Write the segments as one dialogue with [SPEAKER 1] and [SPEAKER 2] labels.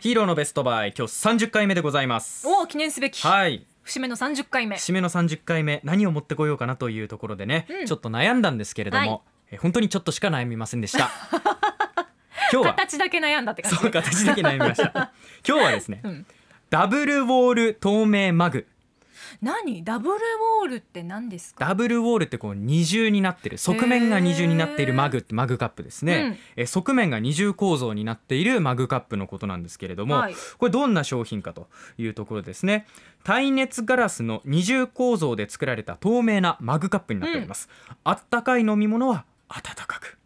[SPEAKER 1] ヒーローのベストバイ今日30回目でございます
[SPEAKER 2] おお記念すべき、
[SPEAKER 1] はい
[SPEAKER 2] 節目の30回目
[SPEAKER 1] 節目の30回目何を持ってこようかなというところでね、
[SPEAKER 2] うん
[SPEAKER 1] ちょっと悩んだんですけれども、
[SPEAKER 2] はい
[SPEAKER 1] え本当にちょっとしか悩みませんでした 今日は
[SPEAKER 2] 形だけ悩んだって感じ
[SPEAKER 1] そう形だけ悩みました 今日はですね、
[SPEAKER 2] うん
[SPEAKER 1] ダブルウォール透明マグ
[SPEAKER 2] 何ダブルウォールって何ですか
[SPEAKER 1] ダブルウォールってこう二重になってる側面が二重になっているマグってマグカップですね、え側面が二重構造になっているマグカップのことなんですけれども、
[SPEAKER 2] はい
[SPEAKER 1] これどんな商品かというところですね耐熱ガラスの二重構造で作られた透明なマグカップになっております、あったかい飲み物は温かく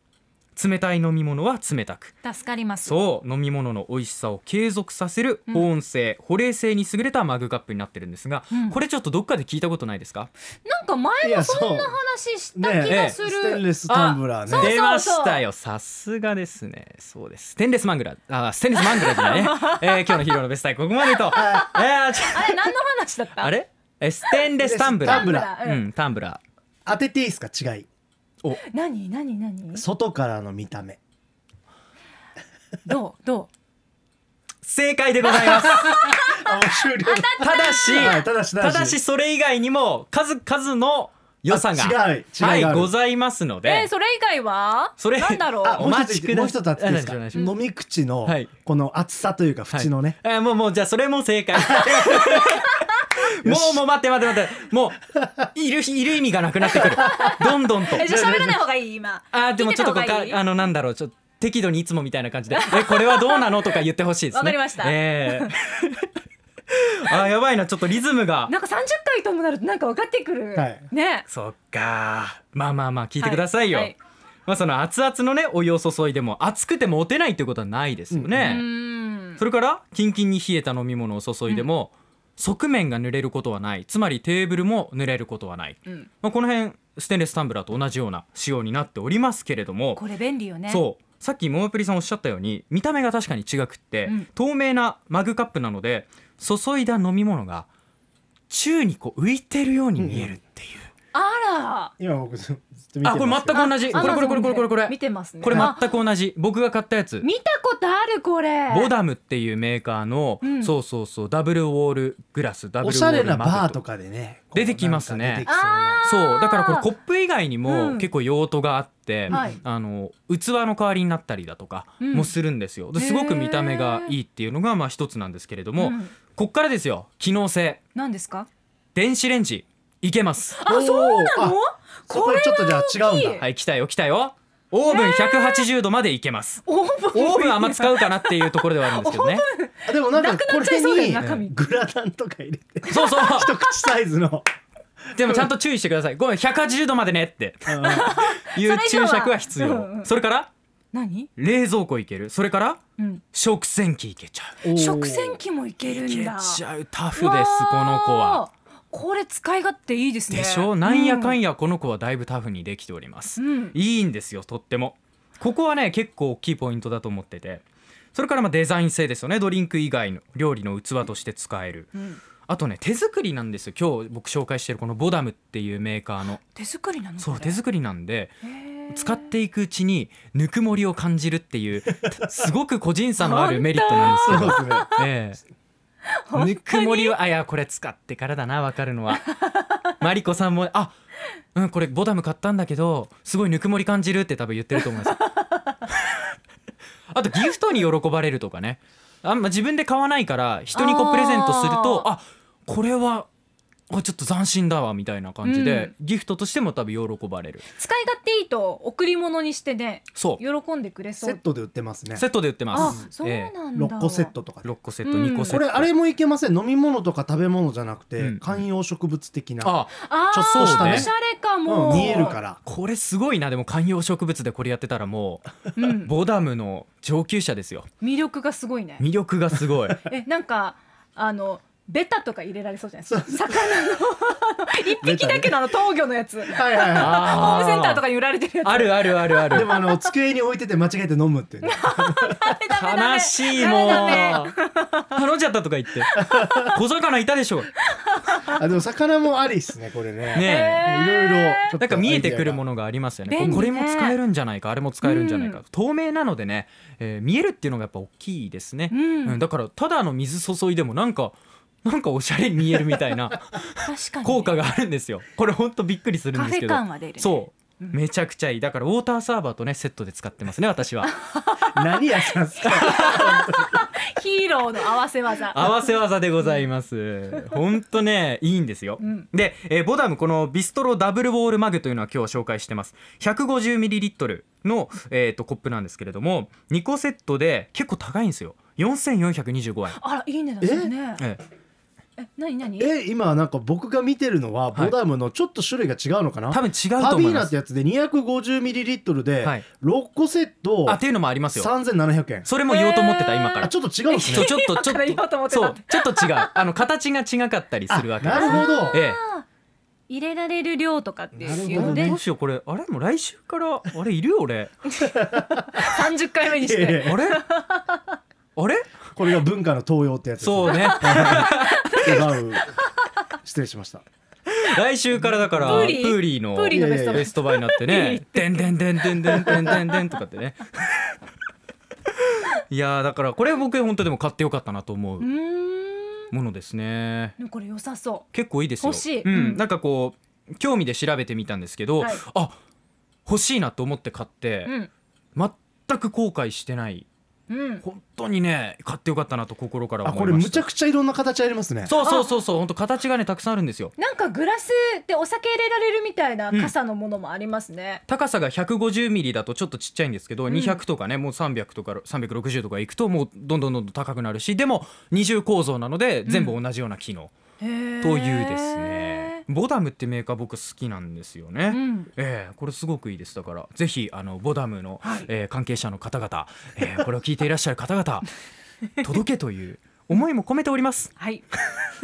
[SPEAKER 1] 冷たい飲み物は冷たく
[SPEAKER 2] 助かります
[SPEAKER 1] そう飲み物の美味しさを継続させる
[SPEAKER 2] うん
[SPEAKER 1] 保温性、保冷性に優れたマグカップになってるんですが、
[SPEAKER 2] うん
[SPEAKER 1] これちょっとどっかで聞いたことないですか
[SPEAKER 2] なんか前
[SPEAKER 3] い
[SPEAKER 2] も
[SPEAKER 3] や
[SPEAKER 2] そ
[SPEAKER 3] そ
[SPEAKER 2] ん
[SPEAKER 3] う
[SPEAKER 2] な話した気がする、
[SPEAKER 3] ステンレスタンブラー
[SPEAKER 2] あ
[SPEAKER 3] ね
[SPEAKER 2] そう
[SPEAKER 1] 出ましたよさすがですねそうですステンレスマングラあステンレスマングラじゃ ないね、えー、今日のヒーローのベストタイムここまでと、えー、あちょ
[SPEAKER 2] あれ何の話だった
[SPEAKER 1] あれえステンレスタンブラ
[SPEAKER 3] タンブラ
[SPEAKER 2] ー
[SPEAKER 1] ーうんタンブラー
[SPEAKER 3] 当てていいですか違い
[SPEAKER 2] 何何何
[SPEAKER 3] 外からの見た目
[SPEAKER 2] どうど
[SPEAKER 1] 正解でござい ます
[SPEAKER 3] あもう終了
[SPEAKER 1] ただし
[SPEAKER 3] はいただしただし
[SPEAKER 1] だしそれ以外にも数々の良さが
[SPEAKER 3] あ違う違いがある
[SPEAKER 1] はいございますの
[SPEAKER 2] う
[SPEAKER 1] で、
[SPEAKER 2] えー、それ以外は
[SPEAKER 1] それ
[SPEAKER 2] なんだろう
[SPEAKER 3] あ
[SPEAKER 1] お
[SPEAKER 3] もう
[SPEAKER 1] 待
[SPEAKER 3] 一
[SPEAKER 1] ち
[SPEAKER 3] つ
[SPEAKER 1] ください
[SPEAKER 3] もう一つ当てていいです
[SPEAKER 1] あ
[SPEAKER 3] か
[SPEAKER 1] 何でしょう何でしょう
[SPEAKER 3] 飲み口の
[SPEAKER 1] はい
[SPEAKER 3] この厚さというか縁のね
[SPEAKER 1] はい、えーもうもうじゃあそれも正解も
[SPEAKER 3] よし
[SPEAKER 1] うもう待って待って待ってもういるいる意味がなくなってくるどんどんと
[SPEAKER 2] えじゃあ喋らない方がいい今
[SPEAKER 1] あーでもちょっとこ
[SPEAKER 2] 聞
[SPEAKER 1] う
[SPEAKER 2] いてた方
[SPEAKER 1] か
[SPEAKER 2] がいい
[SPEAKER 1] あのなんだろうちょっと適度にいつもみたいな感じで 「えこれはどうなの?」とか言ってほしいですね。
[SPEAKER 2] わかりました
[SPEAKER 1] えーあーやばいなちょっとリズム が。
[SPEAKER 2] なんか30回ともなるとなんか分かってくる、
[SPEAKER 3] はい
[SPEAKER 2] ね
[SPEAKER 1] そっかーまあまあまあ聞いてくださいよ。
[SPEAKER 2] はいはい
[SPEAKER 1] まあその熱々のねお湯を注いでも熱くても持てないってことはないですよ
[SPEAKER 2] う
[SPEAKER 1] ね。
[SPEAKER 2] ーん
[SPEAKER 1] それからキンキンに冷えた飲み物を注いでも、側面が濡れることはないつまりテーブルも濡れることはない、
[SPEAKER 2] うん
[SPEAKER 1] まあ、この辺ステンレスタンブラーと同じような仕様になっておりますけれども
[SPEAKER 2] これ便利よね
[SPEAKER 1] そうさっきモモプリさんおっしゃったように見た目が確かに違くって、
[SPEAKER 2] うん
[SPEAKER 1] 透明なマグカップなので注いだ飲み物が宙にこう浮いてるように見えるっていう、
[SPEAKER 2] あ
[SPEAKER 3] 今僕ずっと見て
[SPEAKER 1] あこれ
[SPEAKER 3] ますけど
[SPEAKER 1] 全く同じ
[SPEAKER 2] ら
[SPEAKER 1] これこれこれこれこれこ
[SPEAKER 2] Amazon で見
[SPEAKER 1] れ
[SPEAKER 2] てますね
[SPEAKER 1] これ
[SPEAKER 2] あ
[SPEAKER 1] 全く同じ僕が買ったやつ
[SPEAKER 2] 見たことあるこれ
[SPEAKER 1] ボダムっていうメーカーの、
[SPEAKER 2] うん
[SPEAKER 1] そうそうそうダブルウォールグラスダブ
[SPEAKER 3] お
[SPEAKER 1] ルウ
[SPEAKER 3] し
[SPEAKER 1] ォ
[SPEAKER 3] ゃ
[SPEAKER 1] ー
[SPEAKER 3] れ
[SPEAKER 1] ルマ
[SPEAKER 3] なバー
[SPEAKER 1] グ
[SPEAKER 3] とかでね
[SPEAKER 1] 出てきますね
[SPEAKER 3] こうなんか出てきそうな
[SPEAKER 1] そうだからこれコップ以外にも
[SPEAKER 2] うん
[SPEAKER 1] 結構用途があって、
[SPEAKER 2] はい
[SPEAKER 1] あの器の代わりになったりだとか
[SPEAKER 2] うん
[SPEAKER 1] もするんですよ、ですごく見た目がいいっていうのがまあ一つなんですけれども、
[SPEAKER 2] うん
[SPEAKER 1] こっからですよ機能性
[SPEAKER 2] 何ですか
[SPEAKER 1] 電子レンジいけます
[SPEAKER 2] あそうなの
[SPEAKER 3] おーそこ
[SPEAKER 2] これ
[SPEAKER 3] ちょっとじゃあ違うんだ
[SPEAKER 1] はい来たよ来たよオーブン180度までいけます、
[SPEAKER 2] オーブン
[SPEAKER 1] オーブンあんま使うかなっていうところではあるんですけどね
[SPEAKER 3] あでもなんかこ
[SPEAKER 2] なくなっちゃいそうだよ
[SPEAKER 3] れ
[SPEAKER 2] 中身
[SPEAKER 3] にグラタンとか入れて
[SPEAKER 1] そうそう
[SPEAKER 3] 一口サイズの
[SPEAKER 1] でもちゃんと注意してくださいごめん180度までねって
[SPEAKER 3] うん
[SPEAKER 1] いう
[SPEAKER 2] それ以上
[SPEAKER 1] 注
[SPEAKER 2] は
[SPEAKER 1] 釈は必要
[SPEAKER 2] うんうん
[SPEAKER 1] それから
[SPEAKER 2] 何
[SPEAKER 1] 冷蔵庫いけるそれから
[SPEAKER 2] うん
[SPEAKER 1] 食洗機いけちゃう
[SPEAKER 2] 食洗機もいける
[SPEAKER 1] い
[SPEAKER 2] ん
[SPEAKER 1] け
[SPEAKER 2] だ
[SPEAKER 1] ちゃうタフですこの子
[SPEAKER 2] わ
[SPEAKER 1] は
[SPEAKER 2] あこれ使い勝手いいですね
[SPEAKER 1] でしょなんやかんやこの子はだいぶタフにできております、
[SPEAKER 2] うん
[SPEAKER 1] いいんですよとってもここはね結構大きいポイントだと思っててそれからまあデザイン性ですよねドリンク以外の料理の器として使える
[SPEAKER 2] うんうん
[SPEAKER 1] あとね手作りなんですよ今日僕紹介してるこのボダムっていうメーカーの
[SPEAKER 2] 手作りなの
[SPEAKER 1] そう手
[SPEAKER 2] 作
[SPEAKER 1] 作りなんで
[SPEAKER 2] り
[SPEAKER 1] 使っていくうちにぬくもりを感じるっていうすごく個人差のあるメリットなんです
[SPEAKER 3] そ
[SPEAKER 1] け
[SPEAKER 3] う
[SPEAKER 1] ど
[SPEAKER 3] ですね
[SPEAKER 1] ええ、ぬくもりはあいやこれ使ってからだな分かるのはマリコさんもあうんこれボダム買ったんだけどすごいぬくもり感じるって多分言ってると思いますあとギフトに喜ばれるとかねあんま自分で買わないから人にこうプレゼントするとあこれはあちょっと斬新だわみたいな感じで、ギフトとしても多分喜ばれる
[SPEAKER 2] 使い勝手いいと贈り物にしてね
[SPEAKER 1] そう
[SPEAKER 2] 喜んでくれそ
[SPEAKER 3] セッ
[SPEAKER 2] う
[SPEAKER 3] トで売ってますね
[SPEAKER 1] セットで売ってま
[SPEAKER 2] あ
[SPEAKER 1] す
[SPEAKER 2] そうなんだ
[SPEAKER 3] 6個セットとかで
[SPEAKER 1] 6個セット2個セット、
[SPEAKER 3] これあれもいけません飲み物とか食べ物じゃなくて、
[SPEAKER 1] うん
[SPEAKER 3] 観葉植物的な、
[SPEAKER 1] あ
[SPEAKER 2] あ
[SPEAKER 3] ちょっ
[SPEAKER 2] ー
[SPEAKER 3] としたね
[SPEAKER 2] おしゃれかも
[SPEAKER 3] うん見えるから
[SPEAKER 1] これすごいなでも観葉植物でこれやってたらも
[SPEAKER 2] う
[SPEAKER 1] うんボダムの上級者ですよ
[SPEAKER 2] 魅力がすごいね
[SPEAKER 1] 魅力がすごい
[SPEAKER 2] えなんかあのベタとか入れられそうじゃない
[SPEAKER 3] そ
[SPEAKER 2] で
[SPEAKER 3] う
[SPEAKER 2] すか魚の一匹だけのあの闘魚のやつホ
[SPEAKER 3] はいはい
[SPEAKER 2] ー
[SPEAKER 3] は
[SPEAKER 1] あ
[SPEAKER 2] ムセンターとかに売られてるやつ
[SPEAKER 1] あるあるあるあ
[SPEAKER 3] いで
[SPEAKER 1] る
[SPEAKER 3] もあの机に置いてて間違えて飲むっていうね
[SPEAKER 1] 悲しい
[SPEAKER 2] ダ
[SPEAKER 1] もう
[SPEAKER 2] メダメ
[SPEAKER 1] 頼んじゃったとか言って小魚いたで しょ
[SPEAKER 3] あでも魚もありっすねこれね
[SPEAKER 1] ねえ
[SPEAKER 3] いろいろちょっと
[SPEAKER 1] なんか見えてくるも
[SPEAKER 3] の
[SPEAKER 1] のがありますよね
[SPEAKER 2] 便利ね
[SPEAKER 1] これも使えるんじゃないかあれも使えるんじゃないか、
[SPEAKER 2] うん
[SPEAKER 1] 透明なのでね、えー見えるっていうのがやっぱ大きいですね
[SPEAKER 2] う、ん、
[SPEAKER 1] うんだからただの水注いでもなんかなんかおしゃれに見えるみたい な
[SPEAKER 2] 確かに
[SPEAKER 1] 効果があるんですよこれほんとびっくりするん
[SPEAKER 2] カ
[SPEAKER 1] で
[SPEAKER 2] フ
[SPEAKER 1] すけ
[SPEAKER 2] ェ
[SPEAKER 1] ど
[SPEAKER 2] 感は出る、ね、
[SPEAKER 1] そう
[SPEAKER 2] うん
[SPEAKER 1] めちゃくちゃいいだからウォーターサーバーとねセットで使ってますね私は
[SPEAKER 3] 何やったんですか
[SPEAKER 2] ヒーローの合わせ技
[SPEAKER 1] 合わせ技でございますほんとねいいんですよ、
[SPEAKER 2] うん
[SPEAKER 1] で、えーボダムこのビストロダブルウォールマグというのは今日紹介してます 150ml の、えー、とコップなんですけれども2個セットで結構高いんですよ4425円
[SPEAKER 2] あらいいねだね
[SPEAKER 1] ええ
[SPEAKER 2] え何何
[SPEAKER 3] え今なんか僕が見てるのはボダムのちょっと種類が違うのかな、
[SPEAKER 1] 多分違う
[SPEAKER 3] パ
[SPEAKER 1] と
[SPEAKER 3] ビ
[SPEAKER 1] 思い
[SPEAKER 3] ーナ
[SPEAKER 1] ま
[SPEAKER 3] って
[SPEAKER 1] す
[SPEAKER 3] やつで 250ml で
[SPEAKER 1] はい
[SPEAKER 3] 6個セット
[SPEAKER 1] あっていうのもありますよ
[SPEAKER 3] 3700円、
[SPEAKER 1] それも言おうと思ってた
[SPEAKER 2] えー
[SPEAKER 1] 今から
[SPEAKER 3] あちょっと違うんです
[SPEAKER 1] ちょ
[SPEAKER 3] ね
[SPEAKER 1] ちょっとちょ
[SPEAKER 2] 今から言おうと思
[SPEAKER 1] っ
[SPEAKER 2] っ
[SPEAKER 1] と
[SPEAKER 2] てた
[SPEAKER 1] そうちょっと違うあの形が違かったりするわけで
[SPEAKER 3] あ
[SPEAKER 1] す
[SPEAKER 3] なるほど
[SPEAKER 1] え
[SPEAKER 2] 入れられる量とかってい
[SPEAKER 3] な
[SPEAKER 2] う
[SPEAKER 3] るほ
[SPEAKER 2] の
[SPEAKER 3] ど
[SPEAKER 1] え、
[SPEAKER 2] で
[SPEAKER 1] どうしようこれあれもう来週からあれいるよ俺
[SPEAKER 2] 30回目にし
[SPEAKER 3] いやい
[SPEAKER 2] て
[SPEAKER 3] や
[SPEAKER 1] あれあれ
[SPEAKER 3] これが文化の東洋ってやつですね
[SPEAKER 1] そうね
[SPEAKER 3] 違う失礼しました
[SPEAKER 1] 来週からだから
[SPEAKER 2] プ
[SPEAKER 1] プ
[SPEAKER 2] ー
[SPEAKER 1] ー
[SPEAKER 2] リー
[SPEAKER 1] リーの
[SPEAKER 2] プーリーのベスト
[SPEAKER 1] ベストバイになってね「でんでんでんでんでんでんでんでん」とかってねいやーだからこれ僕本当でも買ってよかったなと思う
[SPEAKER 2] うーん
[SPEAKER 1] ものですね
[SPEAKER 2] でもこれ良さそ
[SPEAKER 1] 結構いいですよ
[SPEAKER 2] 欲しい
[SPEAKER 1] うん
[SPEAKER 2] うん
[SPEAKER 1] なんかこう興味で調べてみたんですけど、
[SPEAKER 2] はい
[SPEAKER 1] あ欲しいなと思って買って
[SPEAKER 2] う、うん
[SPEAKER 1] 全く後悔してない
[SPEAKER 2] うん
[SPEAKER 1] 本当にね買ってよかったなと心から
[SPEAKER 3] あ
[SPEAKER 1] 思いました
[SPEAKER 3] これむちゃくちゃいろんな形ありますね
[SPEAKER 1] そうそうそうそう本当形がねたくさんあるんですよ
[SPEAKER 2] なんかグラスでお酒入れられるみたいな
[SPEAKER 1] うん
[SPEAKER 2] 傘のものもありますね、
[SPEAKER 1] 高さが150ミリだとちょっとちっちゃいんですけど、
[SPEAKER 2] ん
[SPEAKER 1] 200とかねもう300とか360とかいくともうどんどんどんどん高くなるしでも二重構造なので全部同じような機能
[SPEAKER 2] へー
[SPEAKER 1] というですね、ボダムってメーカー僕好きなんですよね。
[SPEAKER 2] うん
[SPEAKER 1] ええこれすごくいいですだからぜひあのボダムの、えー関係者の方々、えーこれを聞いていらっしゃる方 々届けという思いも込めております。
[SPEAKER 2] はい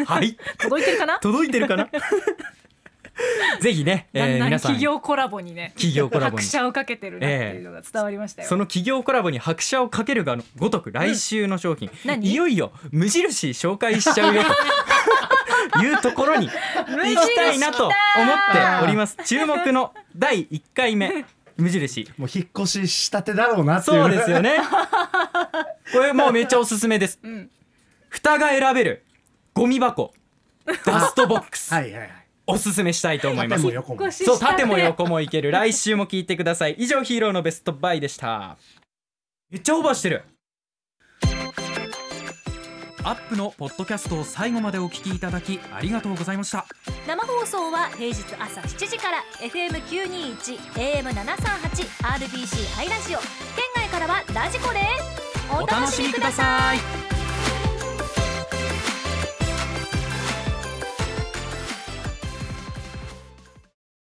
[SPEAKER 1] はい
[SPEAKER 2] 届いて るかな
[SPEAKER 1] 届いてる かなぜひね、
[SPEAKER 2] だん
[SPEAKER 1] えー
[SPEAKER 2] だん
[SPEAKER 1] 皆さん
[SPEAKER 2] 企業コラボにね
[SPEAKER 1] 企業コラボに
[SPEAKER 2] 拍車をかけてるなっていうのが伝わりましたよ、
[SPEAKER 1] その企業コラボに拍車をかけるがのごとく来週の商品、
[SPEAKER 2] 何
[SPEAKER 1] いよいよ無印紹介しちゃうよ というところに行
[SPEAKER 2] 印
[SPEAKER 1] きたいなと思っております注目の第1回 目無印
[SPEAKER 3] もう引っ越ししたてだろうなっていう
[SPEAKER 1] そうですよねこれもうめっちゃおすすめです
[SPEAKER 2] うん、
[SPEAKER 1] 蓋が選べるゴミ 箱ダストボックス、
[SPEAKER 3] はいはいはい
[SPEAKER 1] おすすめしたいと思いま
[SPEAKER 3] 縦
[SPEAKER 1] す
[SPEAKER 3] も横も
[SPEAKER 2] 引っ越し
[SPEAKER 1] そう
[SPEAKER 2] したて
[SPEAKER 1] 縦も横もいける来週も聞いてください以上ヒーローのベストバイでしためっちゃオーバーしてるアップのポッドキャストを最後までお聞きいただきありがとうございました
[SPEAKER 4] 生放送は平日朝7時から FM921 AM738 RBC ハイラジオ県外からはラジコですお楽しみください
[SPEAKER 1] さい